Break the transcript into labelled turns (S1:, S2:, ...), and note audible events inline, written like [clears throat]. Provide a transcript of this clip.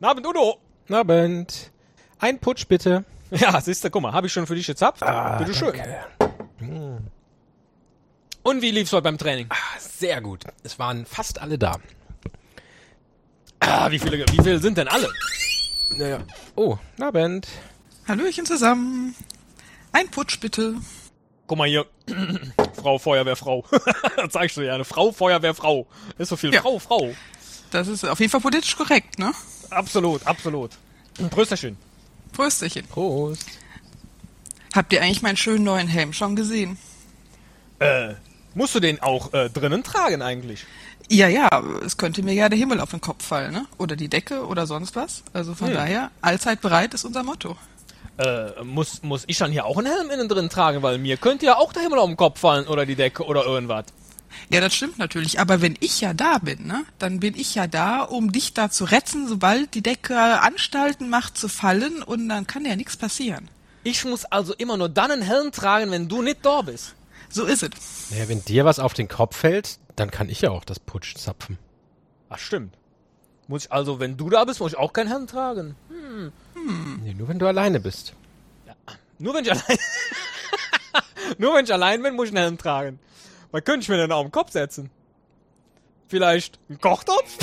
S1: Abend, Udo. [laughs]
S2: Abend. Ein Putsch bitte.
S1: Ja, siehst du, guck mal, habe ich schon für dich gezapft. Bitte schön. Und wie lief's heute beim Training?
S2: Sehr gut. Es waren fast alle da.
S1: Ah, wie viele, wie viele sind denn alle?
S2: Naja. Oh, Abend.
S3: Hallöchen zusammen. Ein Putsch bitte.
S1: Guck mal hier. [clears throat] Frau [laughs] Feuerwehrfrau. Zeig ich dir ja, eine Frau Feuerwehrfrau. Ist so viel
S3: Ja.
S1: Frau, Frau.
S3: Das ist auf jeden Fall politisch korrekt, ne?
S1: Absolut, absolut. Prösterchen.
S3: Prösterchen.
S2: Prost.
S3: Habt ihr eigentlich meinen schönen neuen Helm schon gesehen?
S1: Äh, musst du den auch äh, drinnen tragen eigentlich?
S3: Ja, ja, es könnte mir ja der Himmel auf den Kopf fallen, ne? Oder die Decke oder sonst was. Also von
S1: Hm.
S3: daher, allzeit bereit ist unser Motto.
S1: Äh, muss, muss ich dann hier auch einen Helm innen drin tragen, weil mir könnte ja auch der Himmel auf den Kopf fallen oder die Decke oder irgendwas.
S3: Ja, das stimmt natürlich. Aber wenn ich ja da bin, ne, dann bin ich ja da, um dich da zu retten, sobald die Decke Anstalten macht zu fallen und dann kann ja nichts passieren.
S1: Ich muss also immer nur dann einen Helm tragen, wenn du nicht da bist.
S3: So ist es.
S2: Naja, wenn dir was auf den Kopf fällt, dann kann ich ja auch das Putsch zapfen.
S1: Ach stimmt. Muss ich also, wenn du da bist, muss ich auch keinen Helm tragen.
S2: Nee, nur wenn du alleine bist.
S1: Nur wenn ich allein, [laughs] nur wenn ich allein bin, muss ich einen Helm tragen. Was könnte ich mir denn auf den Kopf setzen? Vielleicht einen Kochtopf?